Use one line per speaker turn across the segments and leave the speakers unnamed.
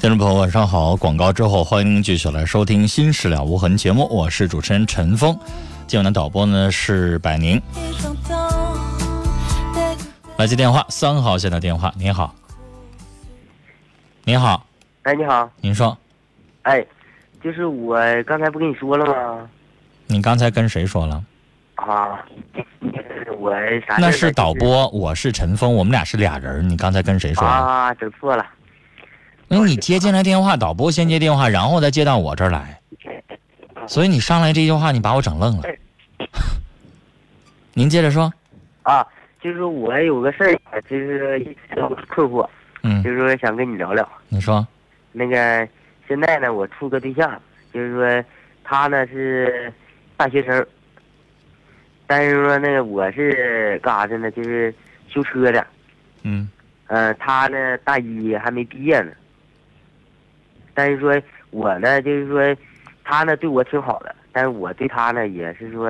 听众朋友，晚上好！广告之后，欢迎您继续来收听《新事了无痕》节目，我是主持人陈峰。今晚的导播呢是百宁。来接电话，三号线的电话。您好，您好，
哎，你好，
您说，
哎，就是我刚才不跟你说了吗？
你刚才跟谁说了？
啊，我啥事儿
那
呢
是导播，我是陈峰，我们俩是俩人。你刚才跟谁
就是
说了？
啊，整错了。
那、你接进来电话，导播先接电话，然后再接到我这儿来。所以你上来这句话，你把我整愣了。您接着说，
啊，就是我有个事儿，啊就是一直都困惑，
嗯
就，是说想跟你聊聊。
你说。
那个现在呢，我处个对象，就是说他呢是大学生，但是说那个我是干啥的呢？就是修车的。
嗯
呃，他呢大一还没毕业呢，但是说我呢就是说，他呢对我挺好的，但是我对他呢也是说，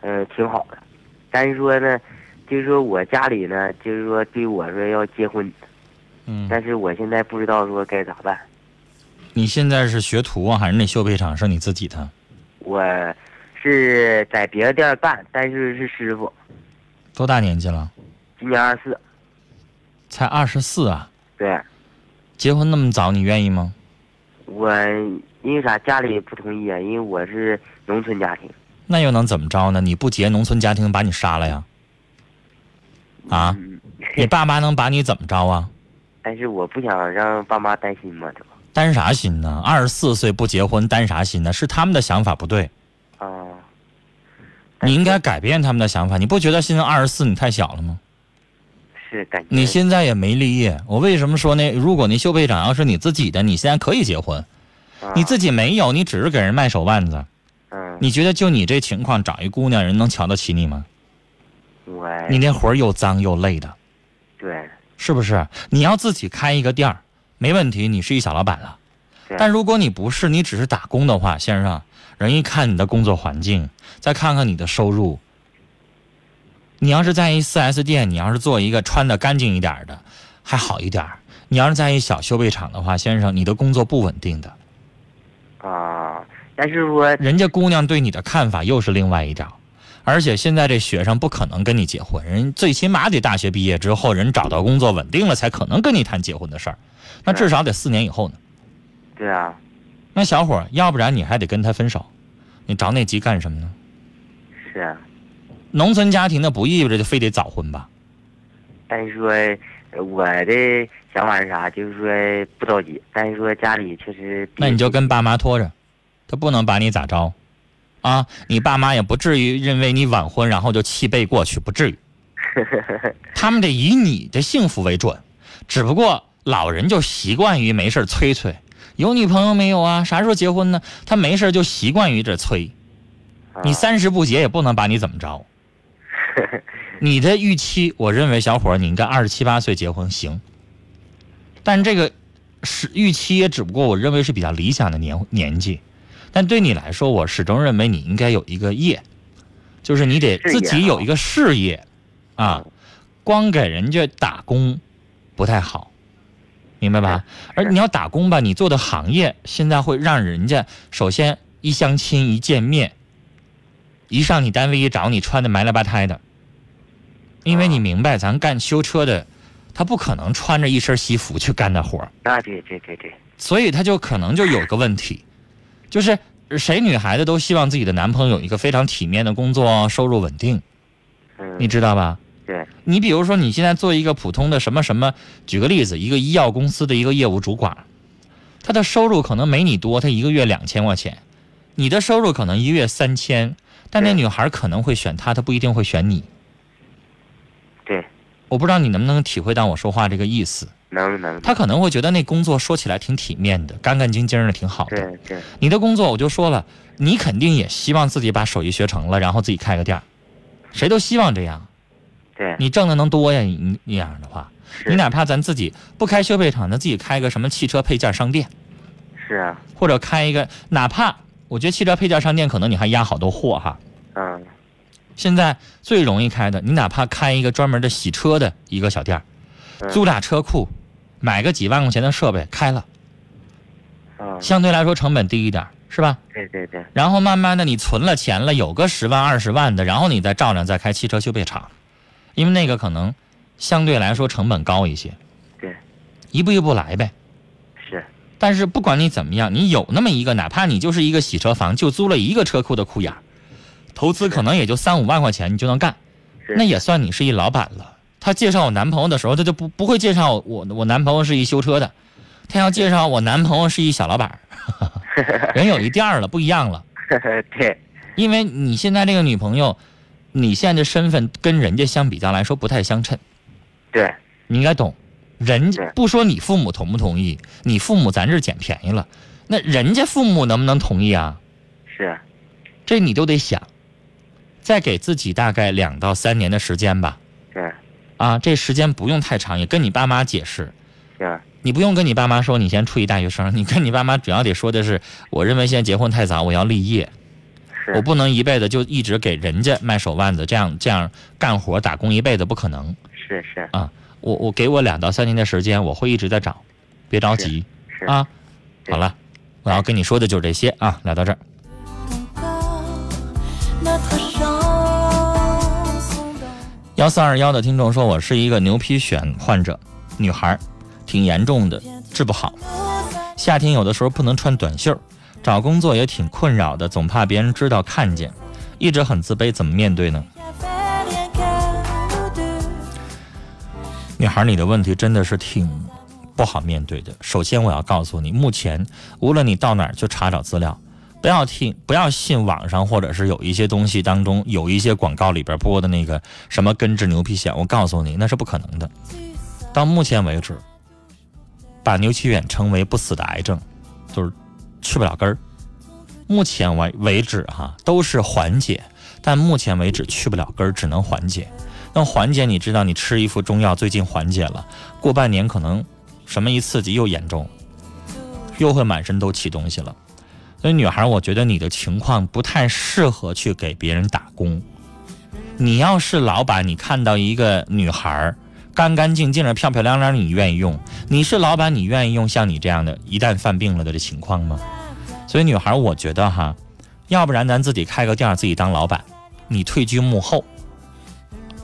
呃挺好的，但是说呢，就是说我家里呢就是说对我说要结婚，
嗯，
但是我现在不知道说该咋办，
你现在是学徒啊，还是那修配厂是你自己的？
我是在别的店儿干，但是是师傅，
多大年纪了？
今年二十四，
才二十四啊！
对
结婚那么早，你愿意吗？
我因为啥家里不同意啊，因为我是农村家庭
那又能怎么着呢？你不结，农村家庭把你杀了呀？ 啊，
嗯
你爸妈能把你怎么着啊？
但是我不想让爸妈担心嘛，这不
担啥心呢？二十四岁不结婚，担啥心呢？是他们的想法不对，
啊。但
你
是
应该改变他们的想法。你不觉得现在二十四你太小了吗？
是感觉
你现在也没立业，我为什么说呢？如果那修配厂要是你自己的，你现在可以结婚。
啊
你自己没有，你只是给人卖手腕子。
嗯，
你觉得就你这情况，找一姑娘人能瞧得起你吗？
我
你那活儿又脏又累的，
对
是不是？你要自己开一个店儿，没问题，你是一小老板了
对。
但如果你不是，你只是打工的话，先生，人一看你的工作环境，再看看你的收入。你要是在一 4S 店，你要是做一个穿的干净一点儿的，还好一点儿。你要是在一小修配厂的话，先生，你的工作不稳定的，
啊，但是说
人家姑娘对你的看法又是另外一条。而且现在这学生不可能跟你结婚，人最起码得大学毕业之后，人找到工作稳定了才可能跟你谈结婚的事儿，那至少得四年以后呢。
对啊，
那小伙儿，要不然你还得跟他分手，你着那急干什么呢？
是啊，
农村家庭那不意味着就非得早婚吧？
但是说呃我的想法是啥，就是说不着急，但是说家里确实
那你就跟爸妈拖着，他不能把你咋着，啊，你爸妈也不至于认为你晚婚然后就气背过去，不至于。他们得以你的幸福为准，只不过老人就习惯于没事儿催催，有女朋友没有啊？啥时候结婚呢？他没事儿就习惯于这催。你
三
三十不结也不能把你怎么 着。你的预期，我认为小伙儿你应该二十七八岁结婚行，但这个是预期也只不过我认为是比较理想的年年纪，但对你来说，我始终认为你应该有一个业，就是你得
事业嗯
自己有一个事业，啊，光给人家打工不太好，明白吧？而你要打工吧，你做的行业现在会让人家首先一相亲一见面，一上你单位一找你穿的埋了吧胎的，因为你明白咱干修车的，他不可能穿着一身西服去干那活儿
那对对对对，
所以他就可能就有个问题，就是谁女孩子都希望自己的男朋友有一个非常体面的工作，收入稳定，
嗯，
你知道吧？
对
你比如说，你现在做一个普通的什么什么，举个例子，一个医药公司的一个业务主管，他的收入可能没你多，他一个月两千块钱，你的收入可能一个月三千，但那
对
女孩可能会选他，她不一定会选你。
对
我不知道你能不能体会到我说话这个意思。
能能，
他可能会觉得那工作说起来挺体面的，干干净净的，挺好的。
对对
你的工作我就说了，你肯定也希望自己把手艺学成了，然后自己开个店儿，谁都希望这样。
对，
你挣的能多呀？你你那样的话，
是
你哪怕咱自己不开修配厂，咱自己开个什么汽车配件商店，
是啊，
或者开一个，哪怕我觉得汽车配件商店可能你还压好多货哈。
嗯
现在最容易开的，你哪怕开一个专门的洗车的一个小店儿，
嗯
租俩车库，买个几万块钱的设备开了，
嗯，
相对来说成本低一点儿，是吧？
对对对，
然后慢慢的你存了钱了，有个十万二十万的，然后你再照着再开汽车修配厂，因为那个可能相对来说成本高一些。
对，
一步一步来呗。
是
但是不管你怎么样，你有那么一个，哪怕你就是一个洗车房，就租了一个车库的库眼儿，投资可能也就三五万块钱，你就能干，
是
那也算你是一老板了。他介绍我男朋友的时候，他就不不会介绍我我男朋友是一修车的，他要介绍我男朋友是一小老板儿， 人有一店儿了，不一样了。
对，
因为你现在这个女朋友，你现在这身份跟人家相比较来说不太相称，
对
你应该懂。人
对
不说你父母同不同意，你父母咱这捡便宜了，那人家父母能不能同意啊？
是啊，
这你都得想。再给自己大概两到三年的时间吧，
对
啊，这时间不用太长，也跟你爸妈解释，
是啊，
你不用跟你爸妈说你先处一大学生， 你跟你爸妈主要得说的是，我认为现在结婚太早，我要立业，
是
我不能一辈子就一直给人家卖手腕子，这样这样干活打工一辈子不可能。
是是
我我给我两到三年的时间，我会一直在找，别着急
是
啊。
对
好了，我要跟你说的就是这些啊，聊到这儿。
ton corps, notre chanson d'or.
幺四二幺的听众说，我是一个牛皮癣患者，女孩儿，挺严重的，治不好。
Nos
夏天有的时候不能穿短袖儿，找工作也挺困扰的，总怕别人知道看见，一直很自卑，怎么面对呢？
il y avait rien qu'à nous deux.
女孩，你的问题真的是挺不好面对的。首先，我要告诉你，目前无论你到哪儿去查找资料，不要听，不要信网上或者是有一些东西当中有一些广告里边播的那个什么根治牛皮癣，我告诉你，那是不可能的。
Tu sais,
到目前为止，把牛皮癣称为不死的癌症，就是去不了根儿。目前为为止哈、都是缓解，但目前为止去不了根儿，只能缓解。那缓解，你知道，你吃一副中药，最近缓解了，过半年可能什么一刺激又严重，又会满身都起东西了。所以，女孩，我觉得你的情况不太适合去给别人打工。你要是老板，你看到一个女孩儿干干净净的、漂漂亮亮，你愿意用？你是老板，你愿意用像你这样的，一旦犯病了的这情况吗？所以，女孩，我觉得哈，要不然咱自己开个店儿，自己当老板，你退居幕后，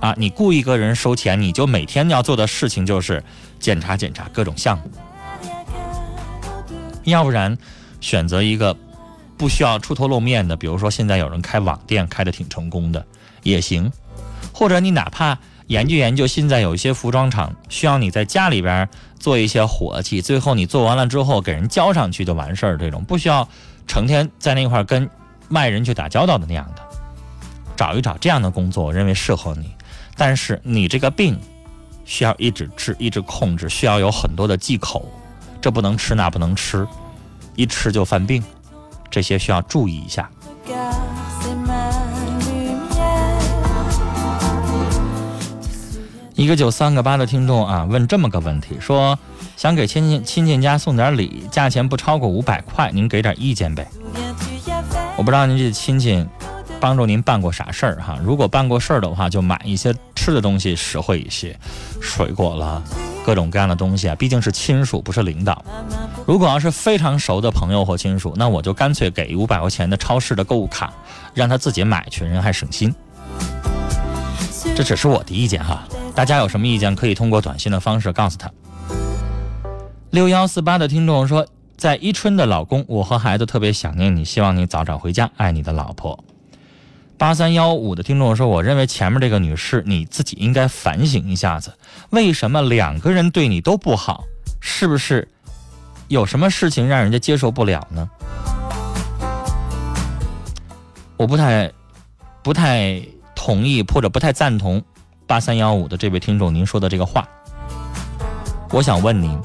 啊，你雇一个人收钱，你就每天要做的事情就是检查检查各种项目。
rien qu'à nous deux.
要不然选择一个不需要出头露面的，比如说现在有人开网店开的挺成功的也行，或者你哪怕研究研究，现在有一些服装厂需要你在家里边儿做一些伙计，最后你做完了之后给人交上去就完事儿，这种不需要成天在那块儿跟外人去打交道的那样的，找一找这样的工作，我认为适合你，但是你这个病。需要一直治，一直控制，需要有很多的忌口，这不能吃，那不能吃，一吃就犯病，这些需要注意一下。
Regarde, c'est ma lumière.
一个九三个八的听众啊，问这么个问题，说想给亲戚亲戚家送点礼，价钱不超过五百块，您给点意见呗？
Souviens-tu, il y avait
我不知道您这亲戚
nous deux.
帮助您办过啥事儿哈？如果办过事儿的话，就买一些吃的东西实惠一些，水果啦，各种各样的东西啊，毕竟是亲属不是领导。
Ma main pour
如果要是非常熟的朋友或亲属，那我就干脆给五百块钱的超市的购物卡，让他自己买去，人还省心。
sur
这只是我的意见哈，大家有什么意见可以通过短信的方式告诉他。六幺四八的听众说，在伊春的老公，我和孩子特别想念你，希望你早早回家，爱你的老婆。八三幺五的听众说，我认为前面这个女士你自己应该反省一下子，为什么两个人对你都不好？是不是有什么事情让人家接受不了呢？我不太不太同意或者不太赞同八三幺五的这位听众您说的这个话，我想问您，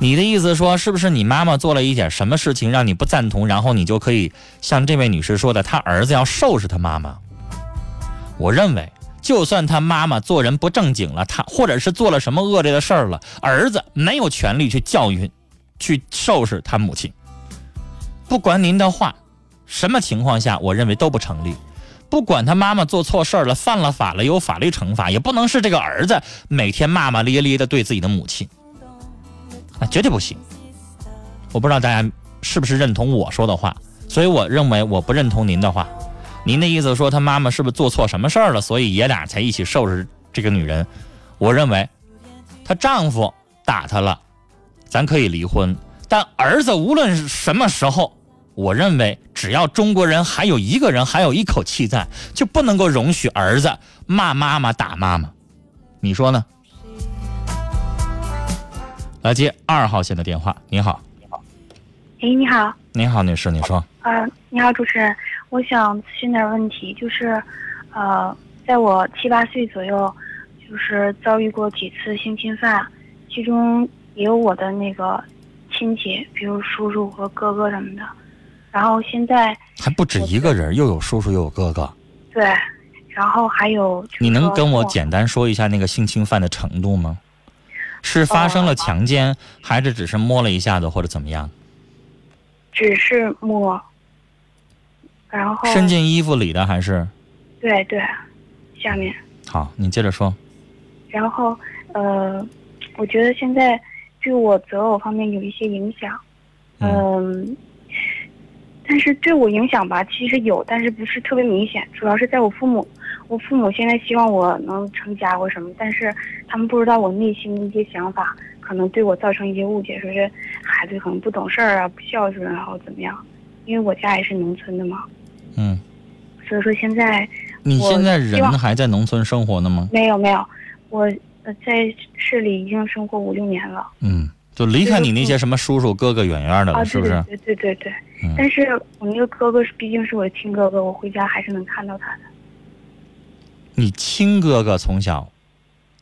你的意思说是不是你妈妈做了一点什么事情让你不赞同，然后你就可以像这位女士说的，她儿子要收拾他妈妈？我认为，就算他妈妈做人不正经了，他或者是做了什么恶劣的事儿了，儿子没有权利去教育、去收拾他母亲。不管您的话，什么情况下，我认为都不成立。不管他妈妈做错事儿了、犯了法了，有法律惩罚，也不能是这个儿子每天骂骂咧咧的对自己的母亲，那绝对不行。我不知道大家是不是认同我说的话，所以我认为我不认同您的话。您的意思说他妈妈是不是做错什么事儿了，所以爷俩才一起收拾这个女人？我认为，她丈夫打她了，咱可以离婚，但儿子无论是什么时候，我认为只要中国人还有一个人还有一口气在，就不能够容许儿子骂妈妈打妈妈。你说呢？来接二号线的电话。你好，
哎，你好，
你好，女士，你说，
啊、你好，主持人，我想咨询点问题，就是，呃，在我七八岁左右，就是遭遇过几次性侵犯，其中也有我的那个亲戚，比如叔叔和哥哥什么的，然后现在
还不止一个人，又有叔叔又有哥哥。
对，然后还有就是
你能
说
跟我
我
简单说一下那个性侵犯的程度吗？
哦
是发生了
啊
强奸，还是只是摸了一下子或者怎么样？
只是摸，然后
伸进衣服里的还是？
对对，下面。
好，你接着说。
然后，呃，我觉得现在对我择偶方面有一些影响，嗯、
嗯，
但是对我影响吧，其实有，但是不是特别明显，主要是在我父母，我父母现在希望我能成家或什么，但是他们不知道我内心的一些想法，可能对我造成一些误解，说是孩子可能不懂事儿啊，不孝顺，然后怎么样，因为我家也是农村的嘛，
嗯，
所以说现在
你
我
现在
希望
人还在农村生活呢吗？
没有没有，我呃在市里已经生活五六年了。
嗯，就离开你那些什么叔叔哥哥远远的了，
啊，
是不是？
对对对对对。
嗯
但是我那个哥哥是毕竟是我的亲哥哥，我回家还是能看到他的。
你亲哥哥从小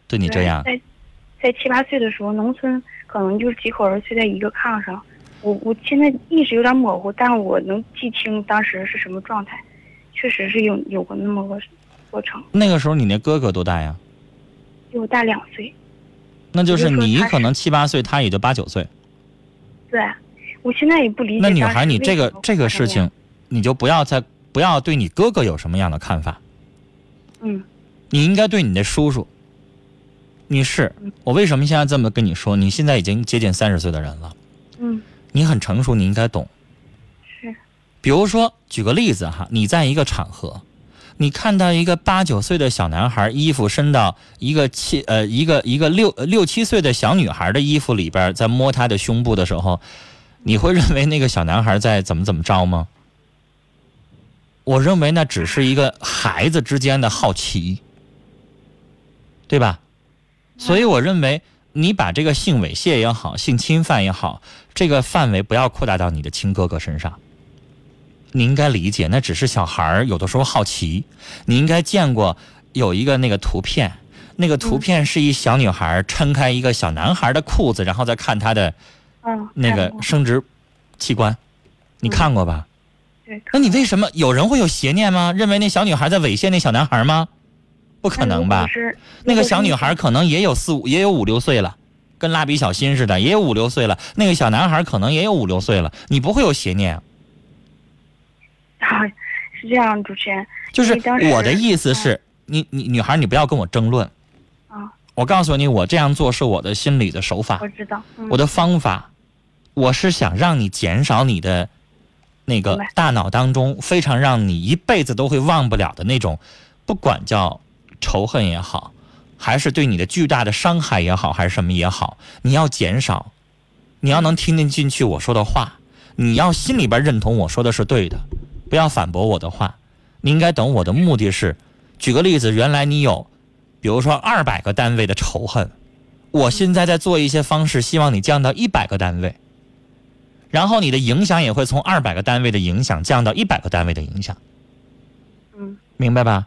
对你这样，
对在在七八岁的时候，农村可能就是几口人睡在一个炕上。我我现在意识有点模糊，但是我能记清当时是什么状态，确实是有有过那么个过程，
那个时候你那哥哥多大呀？
比我大两岁。
那就是
我就说
你
他是
可能七八岁，他也就八九岁。
对，我现在也不理解。
那女孩，你这个这个事，情，你就不要再不要对你哥哥有什么样的看法，
嗯，
你应该对你的叔叔。女士，我为什么现在这么跟你说？你现在已经接近三十岁的人了，
嗯，
你很成熟，你应该懂。
是，
比如说，举个例子哈，你在一个场合，你看到一个八九岁的小男孩衣服伸到一个七呃一个一个六呃六七岁的小女孩的衣服里边，在摸她的胸部的时候，你会认为那个小男孩在怎么怎么着吗？我认为那只是一个孩子之间的好奇，对吧？所以我认为你把这个性猥亵也好，性侵犯也好，这个范围不要扩大到你的亲哥哥身上。你应该理解，那只是小孩儿有的时候好奇。你应该见过有一个那个图片，那个图片是一小女孩儿撑开一个小男孩儿的裤子，然后再看他的
嗯，
那
看
个
过嗯
生殖器官，你看过吧？
对，
那你为什么有人会有邪念吗？认为那小女孩在猥亵那小男孩吗？不可能吧？那个小女孩可能也有四五，也有五六岁了，跟蜡笔小新似的，也有五六岁了。那个小男孩可能也有五六岁了，你不会有邪念啊。
啊，是 这样，主持人，
就是
你当时嗯
我的意思是，你你女孩，你不要跟我争论。
啊，
我告诉你，我这样做是我的心理的手法
我，知道，嗯、
我的方法，我是想让你减少你的那个
明白
大脑当中非常让你一辈子都会忘不了的那种，不管叫仇恨也好，还是对你的巨大的伤害也好，还是什么也好，你要减少，你要能听得进去我说的话，你要心里边认同我说的是对的，不要反驳我的话。你应该懂我的目的是，举个例子，原来你有，比如说二百个单位的仇恨，我现在在做一些方式，希望你降到一百个单位，然后你的影响也会从二百个单位的影响降到一百个单位的影响，
嗯
明白吧？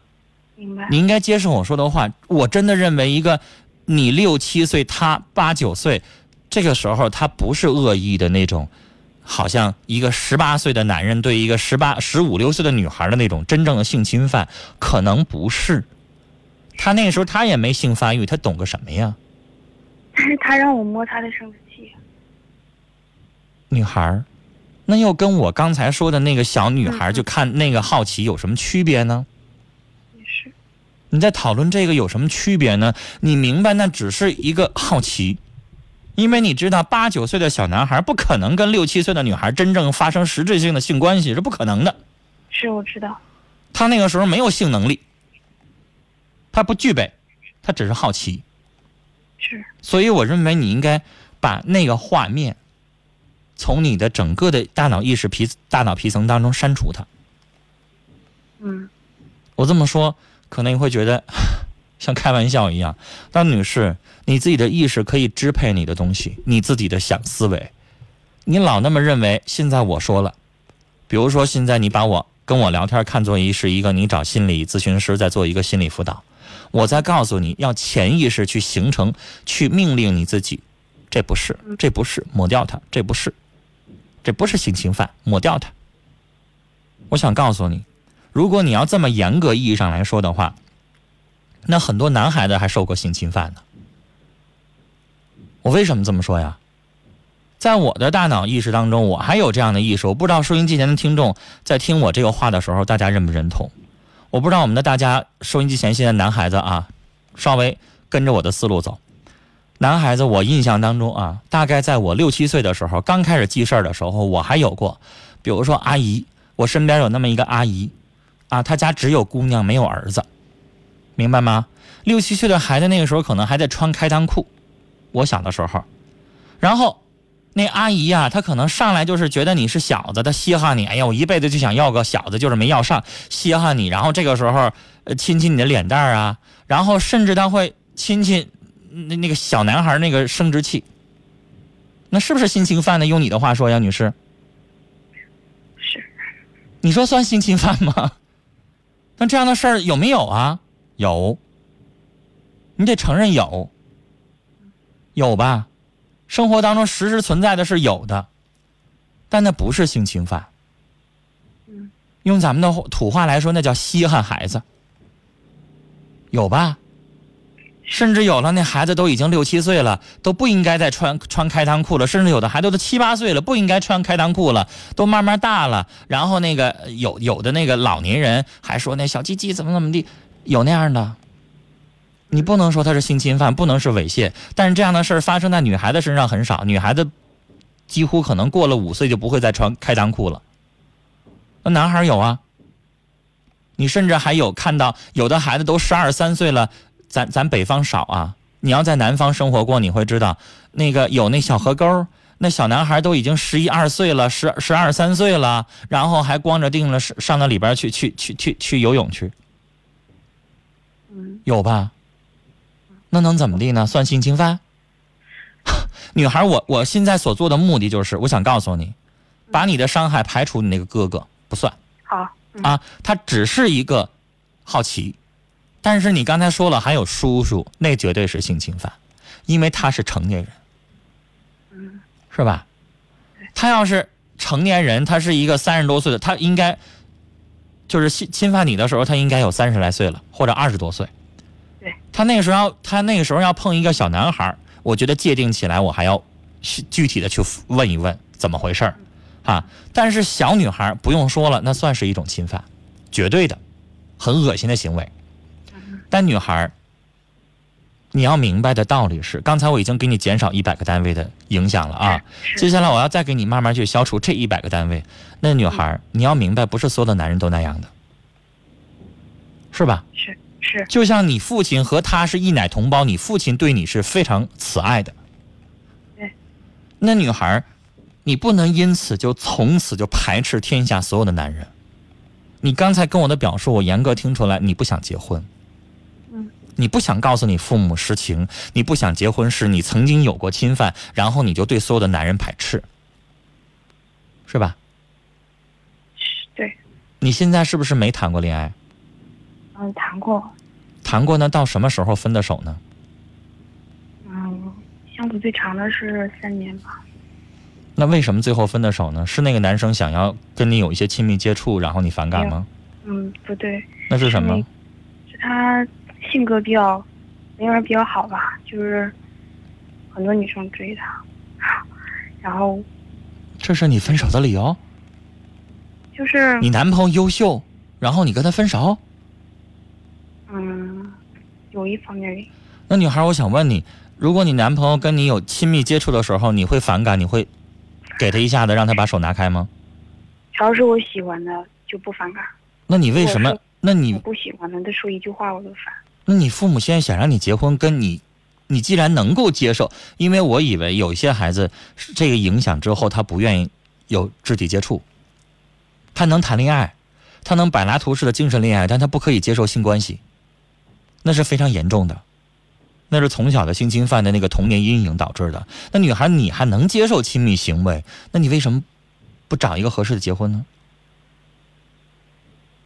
明白
你。应该接受我说的话。我真的认为，一个你六七岁，他八九岁，这个时候他不是恶意的那种，好像一个十八岁的男人对一个十八、十五六岁的女孩的那种真正的性侵犯，可能不是。他那时候他也没性发育，他懂个什么呀？
但是他让我摸他的生殖器，
女孩儿，那又跟我刚才说的那个小女孩儿就看那个好奇有什么区别呢？
也是
你在讨论这个有什么区别呢？你明白那只是一个好奇，因为你知道八九岁的小男孩不可能跟六七岁的女孩真正发生实质性的性关系，是不可能的。
是我知道，
他那个时候没有性能力，他不具备，他只是好奇。
是
所以我认为你应该把那个画面从你的整个的大脑意识皮大脑皮层当中删除它。
嗯
我这么说，可能你会觉得 像开玩笑一样。但女士，你自己的意识可以支配你的东西，你自己的想思维。你老那么认为，现在我说了，比如说现在你把我跟我聊天看作一是一个你找心理咨询师在做一个心理辅导，我在告诉你要潜意识去形成，去命令你自己，这不是，这不是，抹掉它，这不是，这不是性侵犯，抹掉它。我想告诉你，如果你要这么严格意义上来说的话，那很多男孩子还受过性侵犯呢。我为什么这么说呀？在我的大脑意识当中，我还有这样的意识。我不知道收音机前的听众在听我这个话的时候，大家认不认同？我不知道我们的大家收音机前现在男孩子啊，稍微跟着我的思路走。男孩子，我印象当中啊，大概在我六七岁的时候，刚开始记事儿的时候，我还有过，比如说阿姨，我身边有那么一个阿姨，啊，他家只有姑娘没有儿子，明白吗？六七岁的孩子那个时候可能还在穿开裆裤，我小的时候，然后那阿姨呀、她可能上来就是觉得你是小子，她稀罕你，哎呀，我一辈子就想要个小子，就是没要上，稀罕你，然后这个时候呃亲亲你的脸蛋儿啊，然后甚至她会亲亲那那个小男孩那个生殖器，那是不是性侵犯呢？用你的话说呀，女士，
是
你说算性侵犯吗？那这样的事儿有没有啊？有，你得承认有，有吧？生活当中实时存在的是有的，但那不是性侵犯。
嗯
用咱们的土话来说，那叫稀罕孩子，有吧？甚至有了那孩子都已经六七岁了，都不应该再穿穿开裆裤了，甚至有的孩子都七八岁了，不应该穿开裆裤了，都慢慢大了。然后那个呃有有的那个老年人还说那小鸡鸡怎么怎么地，有那样的。你不能说他是性侵犯，不能是猥亵，但是这样的事儿发生在女孩子身上很少，女孩子几乎可能过了五岁就不会再穿开裆裤了。那男孩儿有啊，你甚至还有看到有的孩子都十二三岁了，咱咱北方少啊。你要在南方生活过，你会知道，那个有那小河沟儿，那小男孩都已经十一二岁了，十十二三岁了，然后还光着腚了上上那里边儿去去去去去游泳去，
嗯，
有吧？那能怎么地呢？算性侵犯？ 女孩儿，我我现在所做的目的就是，我想告诉你，把你的伤害排除，你那个哥哥不算。
好，嗯
啊，他只是一个好奇。但是你刚才说了，还有叔叔，那绝对是性侵犯，因为他是成年人，
嗯
是吧？他要是成年人，他是一个三十多岁的，他应该就是侵侵犯你的时候，他应该有三十来岁了，或者二十多岁
对。
他那个时候要，他那个时候要碰一个小男孩儿，我觉得界定起来，我还要去具体的去问一问怎么回事儿啊。但是小女孩儿不用说了，那算是一种侵犯，绝对的，很恶心的行为。但女孩儿，你要明白的道理是，刚才我已经给你减少一百个单位的影响了啊。
是
接下来我要再给你慢慢去消除这一百个单位。那女孩儿，你要明白，不是所有的男人都那样的，是吧？
是是
就像你父亲和他是一奶同胞，你父亲对你是非常慈爱的。
对。
那女孩儿，你不能因此就从此就排斥天下所有的男人。你刚才跟我的表述，我严格听出来，你不想结婚。
嗯。
你不想告诉你父母实情，你不想结婚是你曾经有过侵犯，然后你就对所有的男人排斥，是吧？
是，对，
你现在是不是没谈过恋爱？
嗯，谈过，
谈过呢，到什么时候分的手呢？
嗯，相处最长的是三年吧。
那为什么最后分的手呢？是那个男生想要跟你有一些亲密接触，然后你反感吗？
嗯，不对，
那是什么？
是他性格比较，人缘比较好吧，就是很多女生追他， 然后
这是你分手的理由？
就是
你男朋友优秀，然后你跟他分手？
嗯，有一方面
那女孩，我想问你，如果你男朋友跟你有亲密接触的时候，你会反感？你会给他一下子，让他把手拿开吗？
只要是我喜欢的就不反感，
那你为什
我
么
是？
那
我
你
不喜欢的他说一句话我都烦。
那你父母现在想让你结婚，跟你，你既然能够接受，因为我以为有一些孩子是这个影响之后，他不愿意有肢体接触，他能谈恋爱，他能柏拉图式的精神恋爱，但他不可以接受性关系，那是非常严重的，那是从小的性侵犯的那个童年阴影导致的。那女孩你还能接受亲密行为，那你为什么不找一个合适的结婚呢？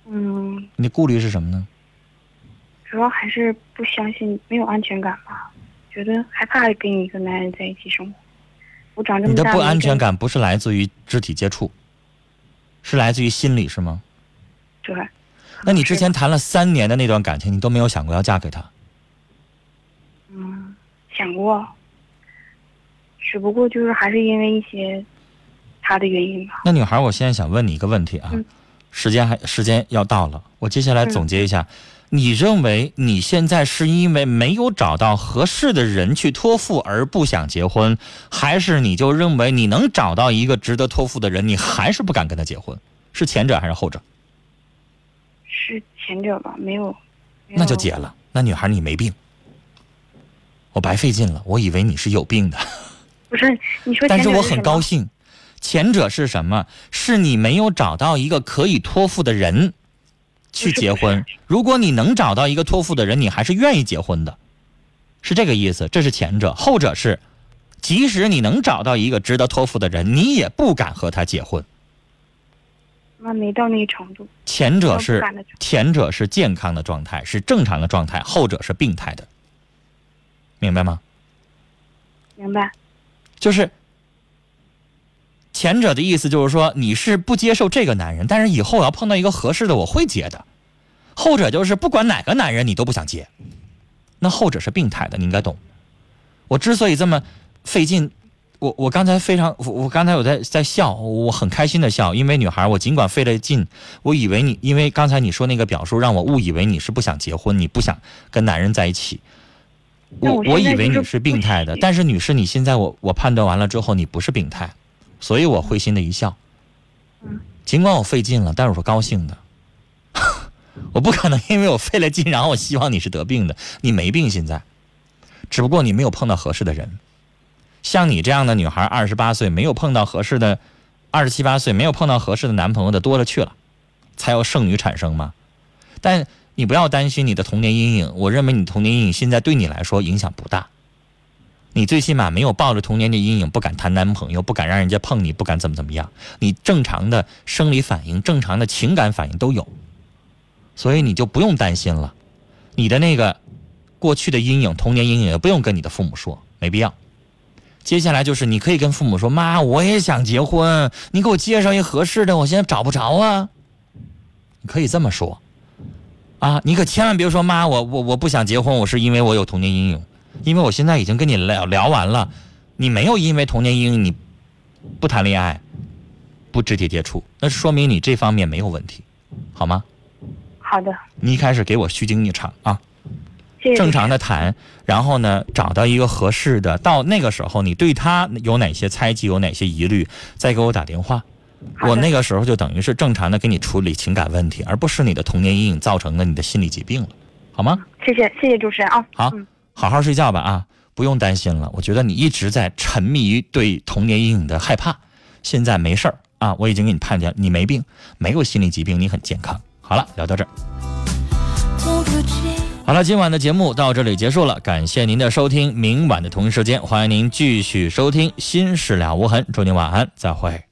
嗯，
你的顾虑是什么呢？
主要还是不相信，没有安全感吧，觉得害怕跟一个男人在一起生活。我长这
你
么
的
大，
不安全，感不是来自于肢体接触，是来自于心理，是吗？
对，
那你之前谈了三年的那段感情，你都没有想过要嫁给他？
嗯想过，只不过就是还是因为一些他的原因吧。
那女孩，我现在想问你一个问题啊，
嗯
时间还时间要到了，我接下来
嗯
总结一下，你认为你现在是因为没有找到合适的人去托付而不想结婚，还是你就认为你能找到一个值得托付的人，你还是不敢跟他结婚？是前者还是后者？
是前者吧，没有，没有
那就结了。那女孩你没病，我白费劲了，我以为你是有病的，
不是你说前
但
者
是
是
我很高
兴，
兴。前者是什么？是你没有找到一个可以托付的人去结婚。如果你能找到一个托付的人，你还是愿意结婚的，是这个意思。这是前者，后者是，即使你能找到一个值得托付的人，你也不敢和他结婚。
那没到那个程度。
前者是
不敢的状态
前者是健康的状态，是正常的状态；后者是病态的，明白吗？
明白？
就是前者的意思就是说你是不接受这个男人，但是以后我要碰到一个合适的，我会结的。后者就是不管哪个男人你都不想结，那后者是病态的，你应该懂。我之所以这么费劲，我我刚才非常，我我刚才我在在笑，我很开心的笑，因为女孩，我尽管费了劲，我以为你，因为刚才你说那个表述让我误以为你是不想结婚，你不想跟男人在一起。
那
我
我现
我
在
以为
就是
你是病态的
不，
但是女士，你现在我我判断完了之后，你不是病态，所以我会心的一笑。
嗯
尽管我费劲了，但是我是高兴的。 我不可能因为我费了劲，然后我希望你是得病的，你没病现在，只不过你没有碰到合适的人。像你这样的女孩，二十八岁没有碰到合适的，二十七八岁没有碰到合适的男朋友的多了去了，才有剩女产生嘛。但你不要担心你的童年阴影，我认为你童年阴影现在对你来说影响不大。你最起码没有抱着童年的阴影，不敢谈男朋友，不敢让人家碰你，不敢怎么怎么样。你正常的生理反应、正常的情感反应都有，所以你就不用担心了。你的那个过去的阴影、童年阴影也不用跟你的父母说，没必要。接下来就是你可以跟父母说：“妈，我也想结婚，你给我介绍一合适的，我现在找不着啊。”你可以这么说，啊，你可千万别说妈，我我我不想结婚，我是因为我有童年阴影，因为我现在已经跟你聊聊完了，你没有因为童年阴影你不谈恋爱，不肢体接触，那说明你这方面没有问题，好吗？
好的，
你一开始给我虚惊一场啊！
谢谢。
正常的谈，然后呢，找到一个合适的，到那个时候你对他有哪些猜忌，有哪些疑虑，再给我打电话。
好的
我那个时候就等于是正常的给你处理情感问题，而不是你的童年阴影造成的你的心理疾病了，好吗？
谢谢谢谢主持人啊。
好
嗯，
好好睡觉吧啊，不用担心了。我觉得你一直在沉迷于对童年阴影的害怕，现在没事儿啊，我已经给你判断你没病，没有心理疾病，你很健康。好了，聊到这儿。
Ton Gucci.
好了，今晚的节目到这里结束了，感谢您的收听。明晚的同一时间，欢迎您继续收听《新事了无痕》，祝您晚安，再会。